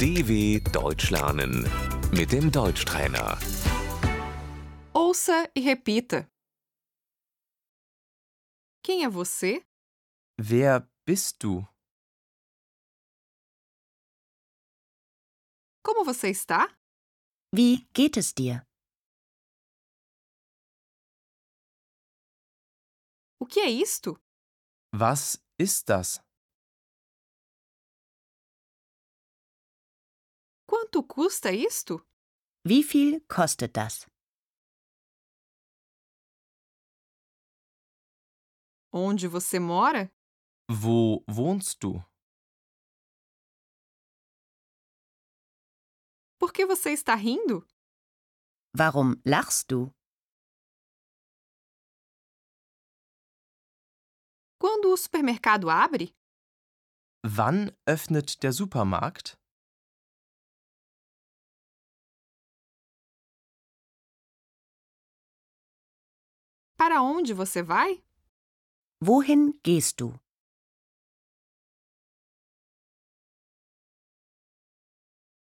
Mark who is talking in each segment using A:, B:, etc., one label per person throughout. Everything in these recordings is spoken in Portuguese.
A: DW Deutsch lernen mit dem Deutschtrainer.
B: Ouça e repita. Quem é você?
C: Wer bist du?
B: Como você está?
D: Wie geht es dir?
B: O que é isto?
C: Was ist das?
B: Quanto custa isto?
D: Wie viel kostet das?
B: Onde você mora?
C: Wo wohnst du?
B: Por que você está rindo?
D: Warum lachst du?
B: Quando o supermercado abre?
C: Wann öffnet der Supermarkt?
B: Para onde você vai?
D: Wohin gehst du?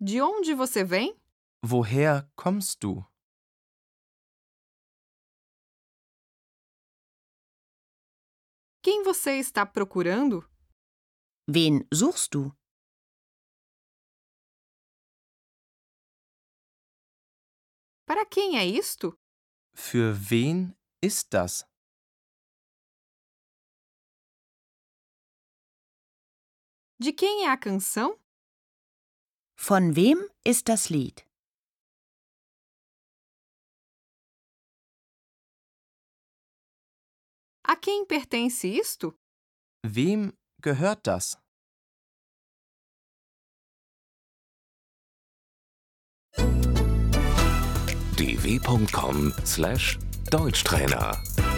B: De onde você vem?
C: Woher kommst du?
B: Quem você está procurando?
D: Wen suchst du?
B: Para quem é isto?
C: Für wen ist das?
B: De quem é a canção?
D: Von wem ist das Lied?
B: A quem pertence isto?
C: Wem gehört das?
A: dw.com/deutschtrainer